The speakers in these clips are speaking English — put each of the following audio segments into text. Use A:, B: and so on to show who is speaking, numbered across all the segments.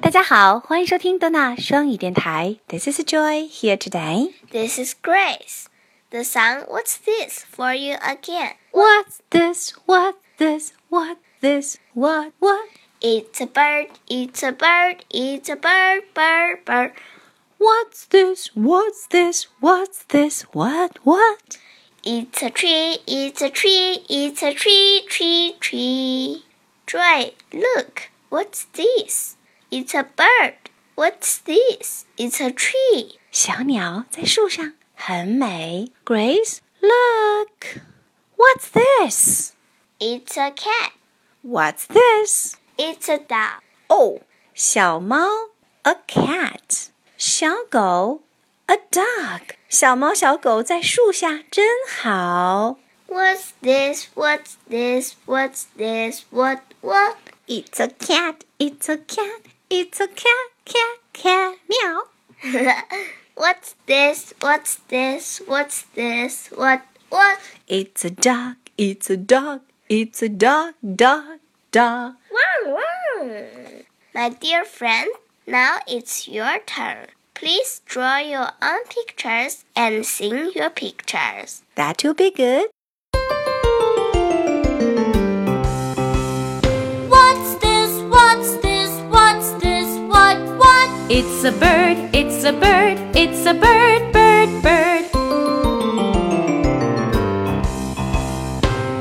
A: 大家好，欢迎收听多纳双语电台。This is Joy here today.
B: This is Grace. The song What's This for you again?
A: What's this? What this? What this? What what?
B: It's a bird, it's a bird, it's a bird, bird, bird.
A: What's this? What's this? What's this? What what?
B: It's a tree, it's a tree, it's a tree, tree, tree. Joy, look, what's this? It's a bird. What's this? It's a tree.
A: 小鸟在树上很美。Grace, look. What's this?
B: It's a cat.
A: What's this?
B: It's a dog.
A: Oh, 小猫 a cat，小狗 a dog。小猫小狗在树下真好。
B: What's this? What's this? What's this? What? What?
A: It's a cat, it's a cat, it's a cat, cat, cat, 喵。
B: What's this? What's this? What's this? What? What?
A: It's a dog, it's a dog, it's a dog, dog, dog.
B: Wow, wow. My dear friend, now it's your turn. Please draw your own pictures and sing your pictures.
A: That will be good.
C: What's this? What's this? What's this? What? What?
D: It's a bird, it's a bird, it's a bird, bird, bird.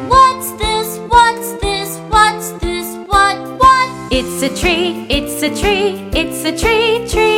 C: What's this? What's this? What's this? What? What?
D: It's a tree, it's a tree, it's a tree, tree.